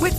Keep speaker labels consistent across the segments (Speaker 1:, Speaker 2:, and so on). Speaker 1: With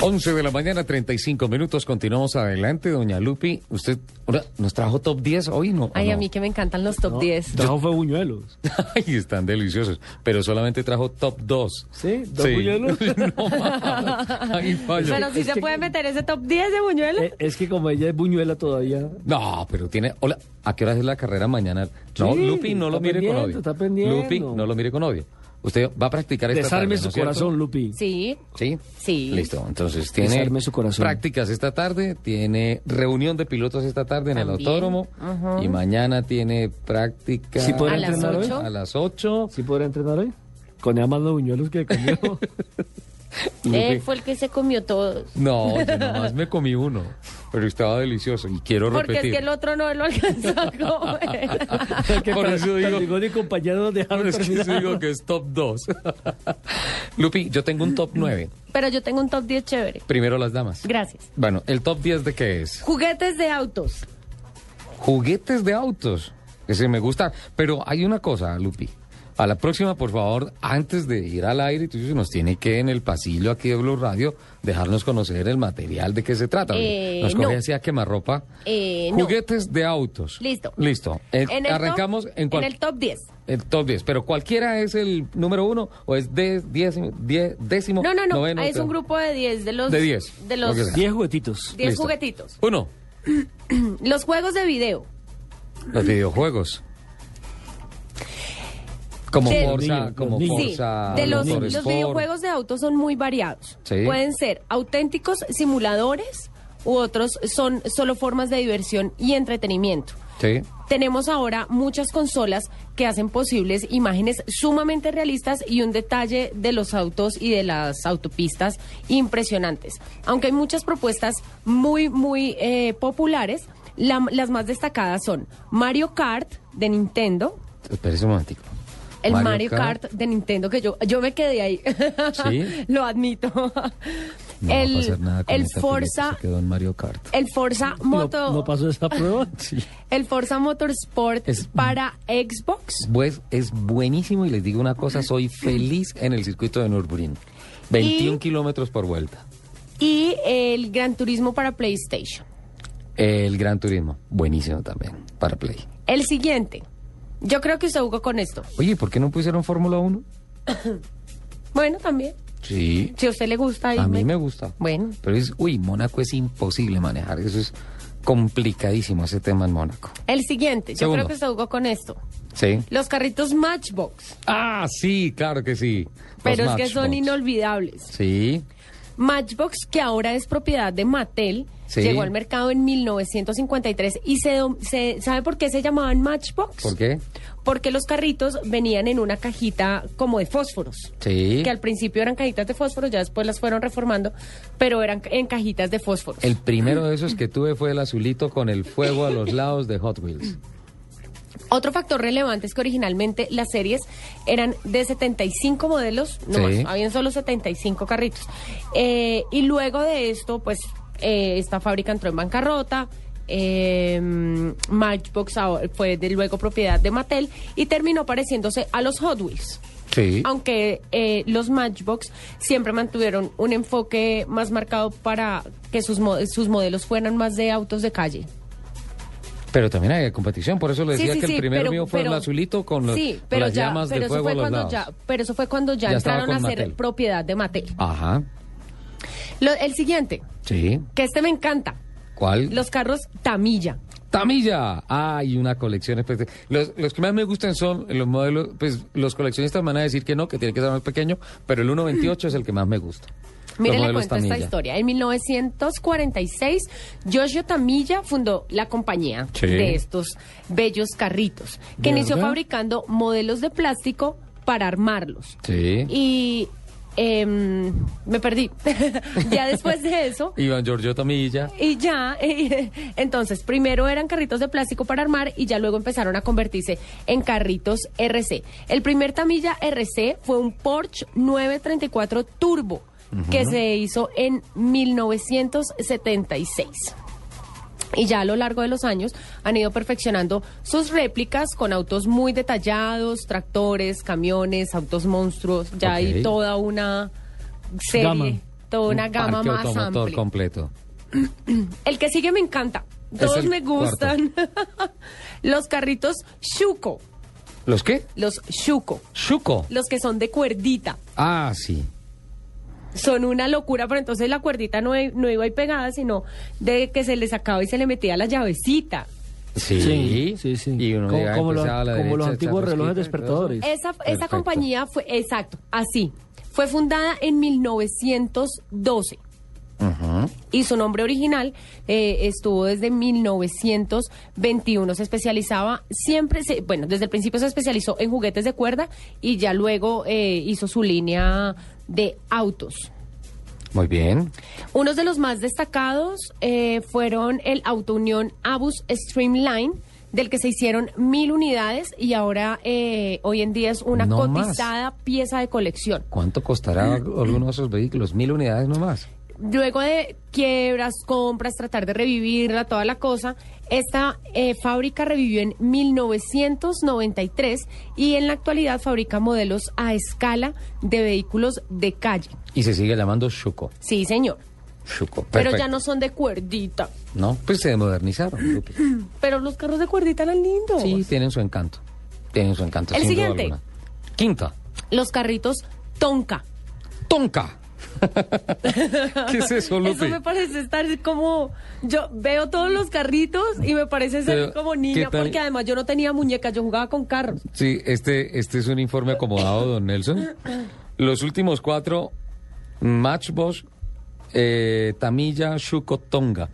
Speaker 2: 11 de la mañana, 35 minutos. Continuamos adelante, doña Lupi. Usted ahora, nos trajo top 10 hoy, ¿no? ¿O
Speaker 3: Ay,
Speaker 2: Ah, no?
Speaker 3: a mí que me encantan los top 10.
Speaker 4: Trajo fue buñuelos.
Speaker 2: Ay, están deliciosos. Pero solamente trajo top 2.
Speaker 4: ¿Sí? ¿Dos buñuelos?
Speaker 2: no, ahí fallo.
Speaker 3: Pero si se puede meter ese top 10 de buñuelos.
Speaker 4: Eh, es que como ella es buñuela todavía.
Speaker 2: No, pero tiene. Hola, ¿a qué hora es la carrera mañana? No,
Speaker 4: Sí,
Speaker 2: Lupi, no lo
Speaker 4: está
Speaker 2: mire con
Speaker 4: pendiente,
Speaker 2: odio.
Speaker 4: está pendiente.
Speaker 2: Lupi, no lo mire con odio. Usted va a practicar esta tarde.
Speaker 4: Desarme
Speaker 2: ¿no
Speaker 4: su
Speaker 2: es cierto?
Speaker 4: corazón, Lupi.
Speaker 3: Sí.
Speaker 2: ¿Sí?
Speaker 3: Sí.
Speaker 2: Listo. Entonces tiene
Speaker 4: Desarme su corazón.
Speaker 2: prácticas esta tarde, tiene reunión de pilotos esta tarde en el
Speaker 3: También.
Speaker 2: autódromo y mañana tiene práctica
Speaker 4: ¿Sí podrá
Speaker 3: A las entrenar hoy? ocho.
Speaker 2: a las 8.
Speaker 4: ¿Sí podrá entrenar hoy? Con ella más los buñuelos que comió.
Speaker 3: Él fue el que se comió todos.
Speaker 2: No, yo nomás me comí uno, pero estaba delicioso y quiero
Speaker 3: Porque es
Speaker 2: repetir.
Speaker 3: que el otro no lo alcanzó a comer.
Speaker 4: Que
Speaker 2: Por
Speaker 4: para-
Speaker 2: eso digo-
Speaker 4: Perdigón y compañeros nos dejaron
Speaker 2: Es que
Speaker 4: terminar.
Speaker 2: yo digo que es top 2. Lupi, yo tengo un top 9.
Speaker 3: Pero yo tengo un top 10 chévere.
Speaker 2: Primero las damas.
Speaker 3: Gracias.
Speaker 2: Bueno, ¿el top 10 de qué es?
Speaker 3: Juguetes de autos.
Speaker 2: Juguetes de autos. Ese me gusta. Pero hay una cosa, Lupi. A la próxima, por favor, antes de ir al aire, tú dices, nos tiene que en el pasillo aquí de Blue Radio dejarnos conocer el material de qué se trata.
Speaker 3: Eh,
Speaker 2: nos coge
Speaker 3: no.
Speaker 2: así a quemarropa.
Speaker 3: Eh, no.
Speaker 2: Juguetes de autos.
Speaker 3: Listo.
Speaker 2: Listo. Eh,
Speaker 3: En el
Speaker 2: arrancamos
Speaker 3: top-
Speaker 2: en cuál.
Speaker 3: el top 10.
Speaker 2: El top 10. Pero cualquiera es el número uno o es de, diez- diez- décimo.
Speaker 3: No, no, no.
Speaker 2: noveno,
Speaker 3: es un
Speaker 2: tre-
Speaker 3: grupo de 10 de los
Speaker 2: De 10,
Speaker 3: De
Speaker 2: lo
Speaker 3: los
Speaker 2: que sea.
Speaker 3: 10
Speaker 4: Diez juguetitos.
Speaker 2: Listo.
Speaker 3: juguetitos.
Speaker 2: Uno.
Speaker 3: Los juegos de video.
Speaker 2: Los videojuegos. Como
Speaker 3: De-
Speaker 4: Los
Speaker 2: Forza,
Speaker 4: niños,
Speaker 2: como
Speaker 4: los niños.
Speaker 3: Sí,
Speaker 2: Forza.
Speaker 3: de los,
Speaker 2: Motorsport.
Speaker 3: los videojuegos de autos son muy variados.
Speaker 2: Sí.
Speaker 3: Pueden ser auténticos simuladores u otros son solo formas de diversión y entretenimiento.
Speaker 2: Sí.
Speaker 3: Tenemos ahora muchas consolas que hacen posibles imágenes sumamente realistas y un detalle de los autos y de las autopistas impresionantes. Aunque hay muchas propuestas muy, muy eh, populares, la- las más destacadas son Mario Kart de Nintendo,
Speaker 2: Espérese un momentico.
Speaker 3: el Mario, Kart. de Nintendo, que yo, yo me quedé ahí.
Speaker 2: ¿Sí?
Speaker 3: Lo admito.
Speaker 2: No va a pasar nada con
Speaker 3: el
Speaker 2: esta pileta,
Speaker 3: Forza,
Speaker 2: se quedó en Mario Kart.
Speaker 3: el Forza
Speaker 4: No-
Speaker 3: Moto,
Speaker 4: No, pasó esa prueba.
Speaker 3: el Forza Motorsport
Speaker 2: Es-
Speaker 3: para Xbox.
Speaker 2: Pues es buenísimo y les digo una cosa, soy feliz en el circuito de Nürburgring. 21
Speaker 3: Y-
Speaker 2: kilómetros por vuelta.
Speaker 3: y el Gran Turismo para PlayStation.
Speaker 2: El Gran Turismo, buenísimo también para Play.
Speaker 3: El siguiente. Yo creo que usted jugó con esto.
Speaker 2: Oye, ¿por qué no pusieron Fórmula 1?
Speaker 3: Bueno, también.
Speaker 2: Sí.
Speaker 3: Si a usted le gusta. ahí
Speaker 2: A mí me gusta.
Speaker 3: Bueno.
Speaker 2: Pero es, uy, Mónaco es imposible manejar. Eso es complicadísimo ese tema en Mónaco.
Speaker 3: El siguiente. Yo
Speaker 2: Segundo.
Speaker 3: creo que usted jugó con esto.
Speaker 2: Sí.
Speaker 3: Los carritos Matchbox.
Speaker 2: Ah, sí, claro que sí. Los
Speaker 3: Pero es que son
Speaker 2: Matchbox.
Speaker 3: inolvidables.
Speaker 2: Sí.
Speaker 3: Matchbox, que ahora es propiedad de Mattel,
Speaker 2: Sí.
Speaker 3: llegó al mercado en 1953 y se, dom- se- ¿sabe por qué se llamaban Matchbox?
Speaker 2: ¿Por qué?
Speaker 3: Porque los carritos venían en una cajita como de fósforos.
Speaker 2: Sí.
Speaker 3: Que al principio eran cajitas de fósforos, ya después las fueron reformando, pero eran en cajitas de fósforos.
Speaker 2: El primero de esos que tuve fue el azulito con el fuego a los lados de Hot Wheels.
Speaker 3: Otro factor relevante es que originalmente las series eran de 75 modelos, no
Speaker 2: Sí.
Speaker 3: más, habían solo 75 carritos. Eh, y luego de esto, pues eh, esta fábrica entró en bancarrota. eh, Matchbox ahora fue de luego propiedad de Mattel y terminó pareciéndose a los Hot Wheels.
Speaker 2: Sí.
Speaker 3: Aunque eh, los Matchbox siempre mantuvieron un enfoque más marcado para que sus, mo- sus modelos fueran más de autos de calle.
Speaker 2: Pero también hay competición, por eso le
Speaker 3: Sí,
Speaker 2: decía
Speaker 3: sí,
Speaker 2: que el
Speaker 3: sí,
Speaker 2: primero
Speaker 3: pero-
Speaker 2: mío fue
Speaker 3: pero-
Speaker 2: el azulito con, los-
Speaker 3: sí,
Speaker 2: con
Speaker 3: pero
Speaker 2: las
Speaker 3: ya-
Speaker 2: llamas
Speaker 3: pero
Speaker 2: de
Speaker 3: eso
Speaker 2: fuego
Speaker 3: fue
Speaker 2: a los
Speaker 3: cuando
Speaker 2: lados.
Speaker 3: ya- pero eso fue cuando ya,
Speaker 2: Ya estaba
Speaker 3: entraron a
Speaker 2: con
Speaker 3: ser
Speaker 2: Mattel.
Speaker 3: propiedad de Mattel.
Speaker 2: Ajá.
Speaker 3: Lo- el siguiente,
Speaker 2: Sí.
Speaker 3: que este me encanta,
Speaker 2: ¿Cuál?
Speaker 3: los carros Tamilla.
Speaker 2: Tamilla. Hay una colección especial. Los, los que más me gustan son los modelos, pues los coleccionistas me van a decir que no, que tiene que ser más pequeño, pero el 1.28 es el que más me gusta. Los
Speaker 3: Mire, le
Speaker 2: modelos
Speaker 3: cuento
Speaker 2: Tamiya.
Speaker 3: esta historia. En 1946, Yoshio Tamilla fundó la compañía
Speaker 2: Sí.
Speaker 3: de estos bellos carritos, que inició
Speaker 4: ¿Verdad?
Speaker 3: fabricando modelos de plástico para armarlos.
Speaker 2: Sí.
Speaker 3: Y Em, me perdí. ya después de eso,
Speaker 2: Iván Giorgio Tamilla.
Speaker 3: y ya, eh, entonces, primero eran carritos de plástico para armar y ya luego empezaron a convertirse en carritos RC. El primer Tamilla RC fue un Porsche 934 Turbo que se hizo en 1976 y ya a lo largo de los años han ido perfeccionando sus réplicas con autos muy detallados, tractores, camiones, autos monstruos, ya
Speaker 2: Ok.
Speaker 3: hay toda una serie,
Speaker 4: Gama.
Speaker 3: toda una
Speaker 2: un
Speaker 3: gama
Speaker 2: parque
Speaker 3: más
Speaker 2: automotor
Speaker 3: amplia.
Speaker 2: completo.
Speaker 3: El que sigue me encanta,
Speaker 2: Es
Speaker 3: todos
Speaker 2: el
Speaker 3: me gustan. los carritos Shuko,
Speaker 2: ¿Los qué?
Speaker 3: los Shuko,
Speaker 2: Shuko.
Speaker 3: los que son de cuerdita.
Speaker 2: Ah, sí.
Speaker 3: son una locura, pero entonces la cuerdita no, no iba ahí pegada, sino de que se le sacaba y se le metía la llavecita.
Speaker 2: Sí,
Speaker 4: sí, sí.
Speaker 2: Y uno
Speaker 4: como,
Speaker 2: llegaba y
Speaker 4: como los,
Speaker 2: empezaba a la
Speaker 4: como los
Speaker 2: derecha,
Speaker 4: antiguos
Speaker 2: echar
Speaker 4: relojes
Speaker 2: rosquita y todo eso.
Speaker 4: despertadores.
Speaker 3: Esa, esa
Speaker 2: Perfecto.
Speaker 3: compañía fue, exacto, así. Fue fundada en 1912. Y su nombre original eh, estuvo desde 1921. Se especializaba siempre, se- bueno, desde el principio se especializó en juguetes de cuerda y ya luego eh, hizo su línea de autos.
Speaker 2: Muy bien.
Speaker 3: Unos de los más destacados eh, fueron el Auto Unión Abus Streamline, del que se hicieron mil unidades y ahora eh, hoy en día es una
Speaker 2: No más.
Speaker 3: cotizada pieza de colección.
Speaker 2: ¿Cuánto costará alguno de esos vehículos? Mil unidades nomás.
Speaker 3: Luego de quiebras, compras, tratar de revivirla, toda la cosa, esta eh, fábrica revivió en 1993 y en la actualidad fabrica modelos a escala de vehículos de calle.
Speaker 2: Y se sigue llamando Shuko.
Speaker 3: Sí, señor.
Speaker 2: Shuko.
Speaker 3: Pero ya
Speaker 2: Perfecto.
Speaker 3: no son de cuerdita.
Speaker 2: No, pues se modernizaron. Lupi.
Speaker 3: Pero los carros de cuerdita eran lindos.
Speaker 2: Sí, tienen su encanto. Tienen su encanto.
Speaker 3: El
Speaker 2: sin duda
Speaker 3: siguiente.
Speaker 2: alguna. Quinta.
Speaker 3: Los carritos Tonka.
Speaker 2: Tonka. ¿Qué es eso, Lupi?
Speaker 3: Eso me parece estar como. Yo veo todos los carritos y me parece ser
Speaker 2: Pero,
Speaker 3: como
Speaker 2: ¿qué
Speaker 3: niña,
Speaker 2: tal?
Speaker 3: porque además yo no tenía muñecas, yo jugaba con carros.
Speaker 2: Sí, este, este es un informe acomodado, don Nelson. Los últimos cuatro, Matchbox, eh, Tamilla, Shuko, Tonga.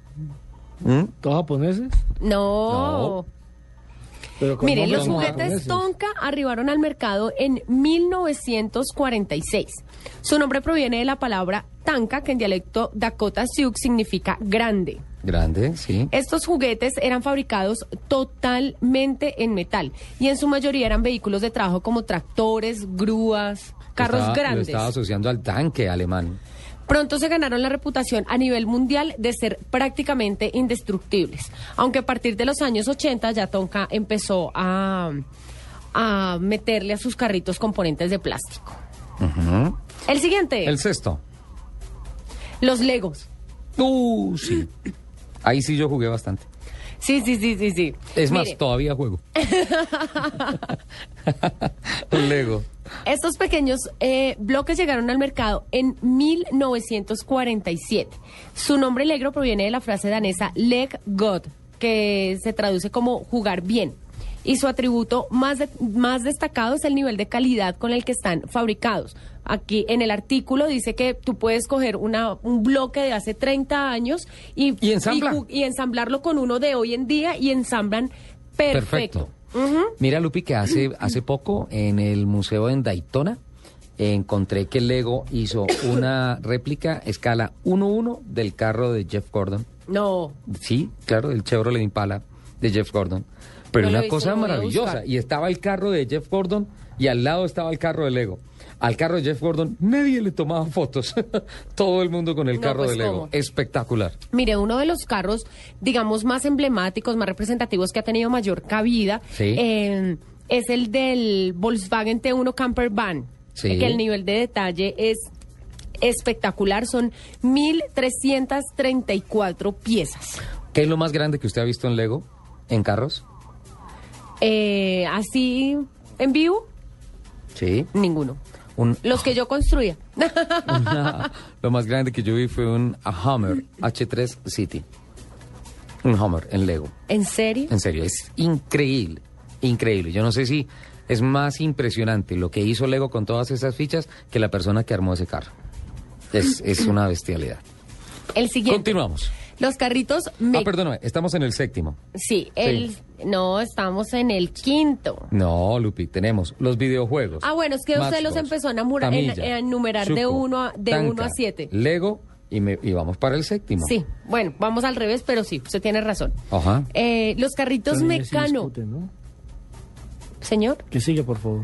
Speaker 2: ¿Mm?
Speaker 4: Todos japoneses,
Speaker 3: No.
Speaker 4: pero con
Speaker 3: Miren,
Speaker 4: nombres
Speaker 3: los
Speaker 4: como
Speaker 3: juguetes
Speaker 4: japoneses.
Speaker 3: Tonka arribaron al mercado en 1946. Su nombre proviene de la palabra tanka, que en dialecto Dakota Sioux significa grande.
Speaker 2: Grande, sí.
Speaker 3: Estos juguetes eran fabricados totalmente en metal y en su mayoría eran vehículos de trabajo como tractores, grúas, carros
Speaker 2: Estaba-
Speaker 3: grandes.
Speaker 2: Lo estaba asociando al tanque alemán.
Speaker 3: Pronto se ganaron la reputación a nivel mundial de ser prácticamente indestructibles. Aunque a partir de los años 80 ya Tonka empezó a, a meterle a sus carritos componentes de plástico. El siguiente,
Speaker 2: El sexto.
Speaker 3: los Legos.
Speaker 2: Uh, sí. Ahí sí yo jugué bastante.
Speaker 3: Sí, sí, sí, sí, sí.
Speaker 2: Es más,
Speaker 3: Mire,
Speaker 2: todavía juego. Lego.
Speaker 3: Estos pequeños eh, bloques llegaron al mercado en 1947. Su nombre negro proviene de la frase danesa Leg God, que se traduce como jugar bien. Y su atributo más, de- más destacado es el nivel de calidad con el que están fabricados. Aquí en el artículo dice que tú puedes coger una, un bloque de hace 30 años y,
Speaker 2: Y ensambla.
Speaker 3: ju- y ensamblarlo con uno de hoy en día y ensamblan perfecto.
Speaker 2: Mira, Lupi, que hace, hace poco en el museo en Daytona encontré que Lego hizo una réplica escala 1-1 del carro de Jeff Gordon.
Speaker 3: No,
Speaker 2: Sí, claro, del Chevrolet Impala de Jeff Gordon. Pero
Speaker 3: No lo he
Speaker 2: una
Speaker 3: visto,
Speaker 2: cosa
Speaker 3: lo voy a
Speaker 2: maravillosa.
Speaker 3: buscar.
Speaker 2: Y estaba el carro de Jeff Gordon y al lado estaba el carro de Lego. Al carro de Jeff Gordon nadie le tomaba fotos. Todo el mundo con el
Speaker 3: No,
Speaker 2: carro
Speaker 3: pues,
Speaker 2: de Lego.
Speaker 3: ¿cómo?
Speaker 2: Espectacular.
Speaker 3: Mire, uno de los carros, digamos, más emblemáticos, más representativos que ha tenido mayor cabida
Speaker 2: Sí.
Speaker 3: eh, es el del Volkswagen T1 Camper Van,
Speaker 2: Sí.
Speaker 3: que el nivel de detalle es espectacular, son 1.334 piezas.
Speaker 2: ¿Qué es lo más grande que usted ha visto en Lego? ¿En carros?
Speaker 3: Eh, así, en vivo,
Speaker 2: Sí.
Speaker 3: ninguno.
Speaker 2: Un,
Speaker 3: Los que yo construía.
Speaker 2: una- lo más grande que yo vi fue un Hummer H3 City. Un Hummer en Lego.
Speaker 3: ¿En serio?
Speaker 2: En serio, es increíble, increíble. Yo no sé si es más impresionante lo que hizo Lego con todas esas fichas que la persona que armó ese carro. Es, es una bestialidad.
Speaker 3: El siguiente.
Speaker 2: Continuamos.
Speaker 3: Los carritos me...
Speaker 2: Ah, perdóname, estamos en el séptimo.
Speaker 3: Sí, el... No, estamos en el quinto.
Speaker 2: No, Lupi, tenemos los videojuegos.
Speaker 3: Ah, bueno, es que usted los
Speaker 2: Matchbox,
Speaker 3: empezó a enamorar-
Speaker 2: Tamiya,
Speaker 3: en- a enumerar de
Speaker 2: Suco,
Speaker 3: uno a- de
Speaker 2: Tanka,
Speaker 3: uno a siete.
Speaker 2: Lego y, me- y vamos para el séptimo.
Speaker 3: Sí, bueno, vamos al revés, pero sí, usted tiene razón.
Speaker 2: Ajá.
Speaker 3: Eh, los carritos
Speaker 4: Los niños sí
Speaker 3: mecano,
Speaker 4: discuten, ¿no?
Speaker 3: señor.
Speaker 4: Que siga, por favor.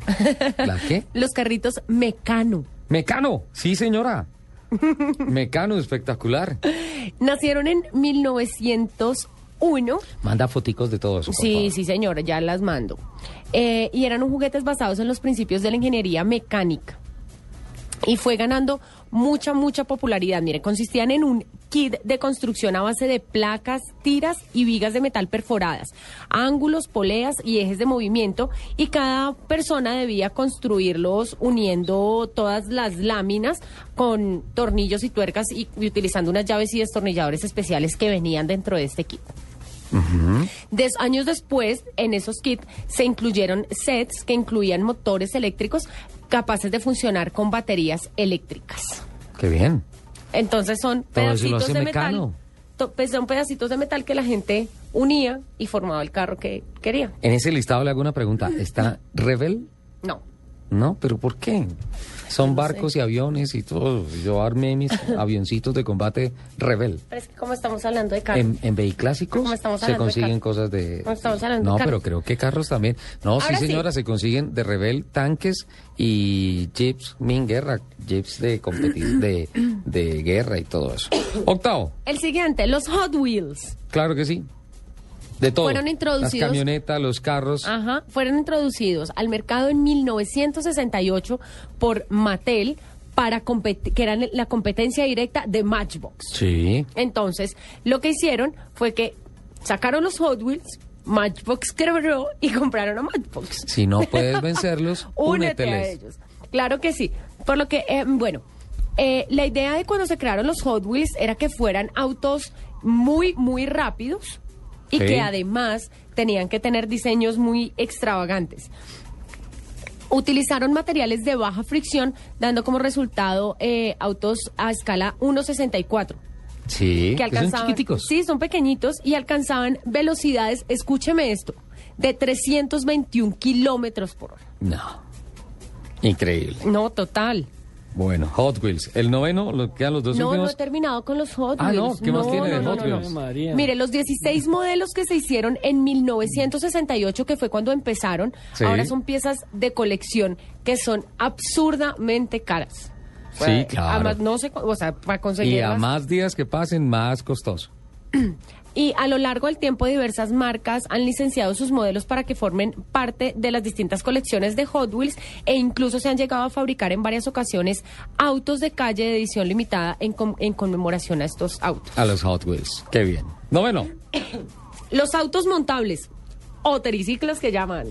Speaker 2: ¿La qué?
Speaker 3: Los carritos mecano.
Speaker 2: Mecano, sí señora. Mecano, espectacular.
Speaker 3: Nacieron en 1901.
Speaker 2: Manda foticos de todo eso. por
Speaker 3: Sí,
Speaker 2: favor.
Speaker 3: sí, señora, ya las mando. Eh, y eran juguetes basados en los principios de la ingeniería mecánica. Y fue ganando mucha, mucha popularidad. Mire, consistían en un kit de construcción a base de placas, tiras y vigas de metal perforadas, ángulos, poleas y ejes de movimiento. Y cada persona debía construirlos uniendo todas las láminas con tornillos y tuercas y- y utilizando unas llaves y destornilladores especiales que venían dentro de este kit. Des- años después, en esos kits se incluyeron sets que incluían motores eléctricos capaces de funcionar con baterías eléctricas.
Speaker 2: Qué bien.
Speaker 3: Entonces son
Speaker 2: Todo eso lo
Speaker 3: pedacitos
Speaker 2: hace
Speaker 3: de metal.
Speaker 2: Mecano.
Speaker 3: to- pues son pedacitos de metal que la gente unía y formaba el carro que quería.
Speaker 2: En ese listado le hago una pregunta. ¿Está Rebel?
Speaker 3: No.
Speaker 2: No, pero ¿por qué? Son barcos y aviones y todo. Yo armé mis avioncitos de combate Rebel.
Speaker 3: Pero es que como estamos hablando de carro.
Speaker 2: En, en vehiclásicos
Speaker 3: Como estamos
Speaker 2: se
Speaker 3: hablando de
Speaker 2: consiguen
Speaker 3: carros.
Speaker 2: cosas de...
Speaker 3: Como estamos hablando de
Speaker 2: no,
Speaker 3: carros.
Speaker 2: pero creo que carros también. No,
Speaker 3: Ahora sí.
Speaker 2: sí señora, se consiguen de Rebel tanques y jeeps min guerra, jeeps de, competi- de, de guerra y todo eso. Octavo,
Speaker 3: El siguiente, los Hot Wheels.
Speaker 2: claro que sí. De todo.
Speaker 3: Fueron introducidos- Ah.
Speaker 2: Las camionetas, los carros.
Speaker 3: Ajá, fueron introducidos al mercado en 1968 por Mattel para compet- que eran la competencia directa de Matchbox.
Speaker 2: Sí.
Speaker 3: Entonces, lo que hicieron fue que sacaron los Hot Wheels, Matchbox quebró y compraron a Matchbox.
Speaker 2: Si no puedes vencerlos,
Speaker 3: Únete a
Speaker 2: úneteles.
Speaker 3: ellos. Claro que sí. Por lo que, eh, bueno, eh, la idea de cuando se crearon los Hot Wheels era que fueran autos muy, muy rápidos y
Speaker 2: Sí.
Speaker 3: que además tenían que tener diseños muy extravagantes. Utilizaron materiales de baja fricción, dando como resultado eh, autos a escala 1.64
Speaker 2: Sí, que
Speaker 3: que
Speaker 2: son
Speaker 3: alcanzaban.
Speaker 2: chiquiticos.
Speaker 3: Sí, son pequeñitos y alcanzaban velocidades, escúcheme esto, de 321 kilómetros por hora.
Speaker 2: No. Increíble.
Speaker 3: No, total.
Speaker 2: Bueno, Hot Wheels. El noveno, lo quedan los dos
Speaker 3: No, no
Speaker 2: últimos.
Speaker 3: he terminado con los Hot Wheels.
Speaker 2: Ah, no, ¿qué más tiene de Hot
Speaker 4: no,
Speaker 2: Wheels?
Speaker 4: María.
Speaker 3: Mire, los 16 modelos que se hicieron en 1968, que fue cuando empezaron,
Speaker 2: Sí.
Speaker 3: ahora son piezas de colección que son absurdamente caras. Pues,
Speaker 2: Sí, claro.
Speaker 3: Además, no sé, cu- o sea, para conseguir
Speaker 2: Y a más días que pasen, más costoso.
Speaker 3: Y a lo largo del tiempo diversas marcas han licenciado sus modelos para que formen parte de las distintas colecciones de Hot Wheels e incluso se han llegado a fabricar en varias ocasiones autos de calle de edición limitada en, com- en conmemoración a estos autos.
Speaker 2: A los Hot Wheels. Qué bien. Noveno.
Speaker 3: Los autos montables o triciclos que llaman.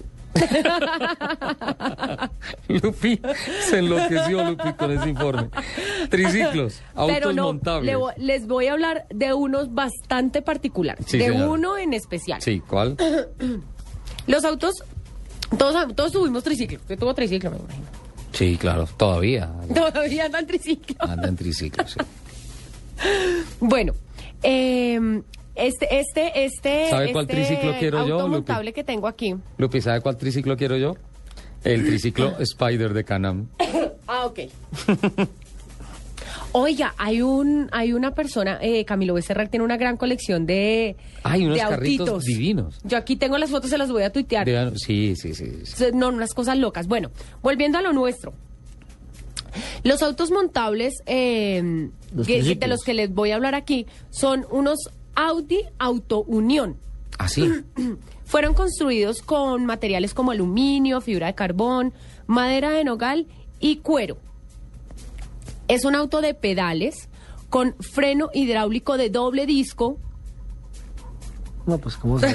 Speaker 2: Lupi se enloqueció, Lupi, con ese informe. Triciclos, autos
Speaker 3: Pero no,
Speaker 2: montables.
Speaker 3: le vo- les voy a hablar de unos bastante particulares,
Speaker 2: Sí,
Speaker 3: de
Speaker 2: señora.
Speaker 3: uno en especial.
Speaker 2: Sí, ¿cuál?
Speaker 3: Los autos, todos, todos tuvimos triciclo, yo tuvo triciclo, me imagino.
Speaker 2: Sí, claro, todavía
Speaker 3: Todavía andan triciclo.
Speaker 2: andan triciclos. sí.
Speaker 3: Bueno, eh, este, este, este.
Speaker 2: ¿Sabe cuál
Speaker 3: este
Speaker 2: triciclo quiero yo,
Speaker 3: auto
Speaker 2: Lupi?
Speaker 3: montable que tengo aquí.
Speaker 2: Lupi, ¿sabe cuál triciclo quiero yo? El triciclo Spider de Canam.
Speaker 3: Ah, ok. Oiga, hay un, hay una persona, eh, Camilo Becerral tiene una gran colección de,
Speaker 2: Ay, unos
Speaker 3: de
Speaker 2: carritos
Speaker 3: autitos.
Speaker 2: divinos.
Speaker 3: Yo aquí tengo las fotos, se las voy a tuitear.
Speaker 2: Vean, Sí, sí, sí. sí.
Speaker 3: Se- No, unas cosas locas. Bueno, volviendo a lo nuestro. Los autos montables eh,
Speaker 4: Los
Speaker 3: que- de
Speaker 4: triciclos.
Speaker 3: los que les voy a hablar aquí son unos Audi Auto Unión.
Speaker 2: Así.
Speaker 3: Fueron construidos con materiales como aluminio, fibra de carbón, madera de nogal y cuero. Es un auto de pedales con freno hidráulico de doble disco.
Speaker 4: No, pues, ¿cómo se
Speaker 2: O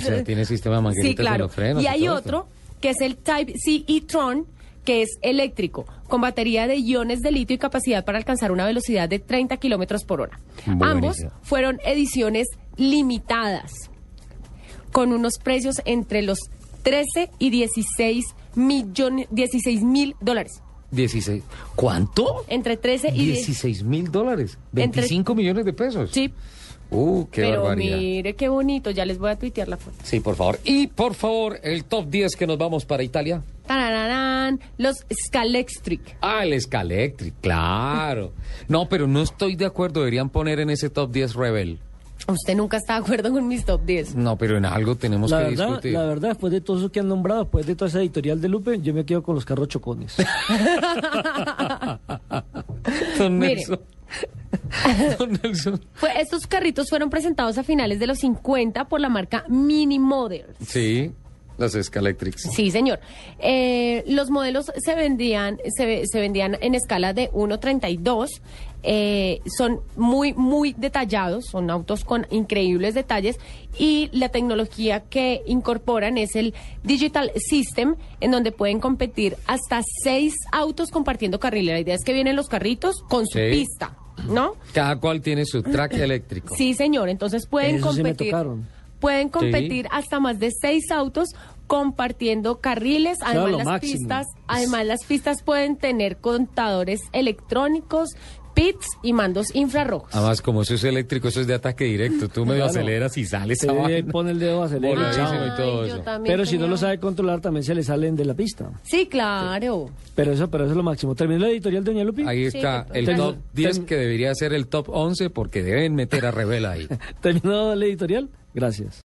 Speaker 2: sea, tiene sistema de mangueritas
Speaker 3: Sí, claro.
Speaker 2: con los frenos.
Speaker 3: y hay
Speaker 2: todo
Speaker 3: otro
Speaker 2: esto.
Speaker 3: que es el Type C e-tron, que es eléctrico, con batería de iones de litio y capacidad para alcanzar una velocidad de 30 kilómetros por hora.
Speaker 2: Buenísimo.
Speaker 3: Ambos fueron ediciones limitadas, con unos precios entre los 13 y 16 millones, 16 mil dólares.
Speaker 2: 16. ¿Cuánto?
Speaker 3: Entre 13 Eh, y 16.
Speaker 2: 16 mil dólares.
Speaker 3: Entre-
Speaker 2: 25 millones de pesos.
Speaker 3: Sí.
Speaker 2: Uh, qué
Speaker 3: Pero
Speaker 2: barbaridad.
Speaker 3: mire qué bonito, ya les voy a tuitear la foto.
Speaker 2: Sí, por favor. Y por favor, el top 10 que nos vamos para Italia.
Speaker 3: Tarararán, los Scalextric.
Speaker 2: Ah, el Scalectric, claro. No, pero no estoy de acuerdo. Deberían poner en ese top 10 Rebel.
Speaker 3: Usted nunca está de acuerdo con mis top 10.
Speaker 2: No, pero en algo tenemos
Speaker 4: La
Speaker 2: que
Speaker 4: verdad,
Speaker 2: discutir.
Speaker 4: la verdad, después de todo eso que han nombrado, después de toda esa editorial de Lupe, yo me quedo con los carros chocones.
Speaker 2: Don
Speaker 3: Mire.
Speaker 2: Nelson. Don Nelson.
Speaker 3: Fue- estos carritos fueron presentados a finales de los 50 por la marca Mini Models.
Speaker 2: Sí, las Scalectrics.
Speaker 3: Sí, señor. Eh, los modelos se vendían, se, ve- se vendían en escala de 1.32. eh, son muy, muy detallados, son autos con increíbles detalles y la tecnología que incorporan es el Digital System, en donde pueden competir hasta seis autos compartiendo carril. La idea es que vienen los carritos con su
Speaker 2: Sí.
Speaker 3: pista, ¿no?
Speaker 2: Cada cual tiene su track eléctrico.
Speaker 3: Sí, señor. Entonces pueden
Speaker 4: Esos sí me
Speaker 3: competir.
Speaker 4: tocaron.
Speaker 3: Pueden competir hasta más de seis autos compartiendo carriles. Además
Speaker 4: lo
Speaker 3: las
Speaker 4: máximo.
Speaker 3: pistas, además las pistas pueden tener contadores electrónicos, pits y mandos infrarrojos.
Speaker 2: Además, como eso es eléctrico, eso es de ataque directo. Tú medio
Speaker 4: Claro.
Speaker 2: aceleras y sales
Speaker 4: Sí, pone el dedo, acelera y
Speaker 2: Voladísimo
Speaker 4: chao.
Speaker 2: y todo
Speaker 3: Ay, Ah, yo
Speaker 2: eso.
Speaker 3: también
Speaker 4: Pero si no
Speaker 3: tenía-
Speaker 4: lo sabe controlar, también se le salen de la pista.
Speaker 3: Sí, claro.
Speaker 4: Pero eso, pero eso es lo máximo. ¿Terminó la editorial, doña Lupi?
Speaker 2: Ahí
Speaker 3: Sí,
Speaker 2: está
Speaker 3: total.
Speaker 2: el
Speaker 4: Ten-
Speaker 2: top 10
Speaker 4: ten-
Speaker 2: que debería ser el top 11 porque deben meter a Rebel ahí.
Speaker 4: ¿Terminó la editorial? Gracias.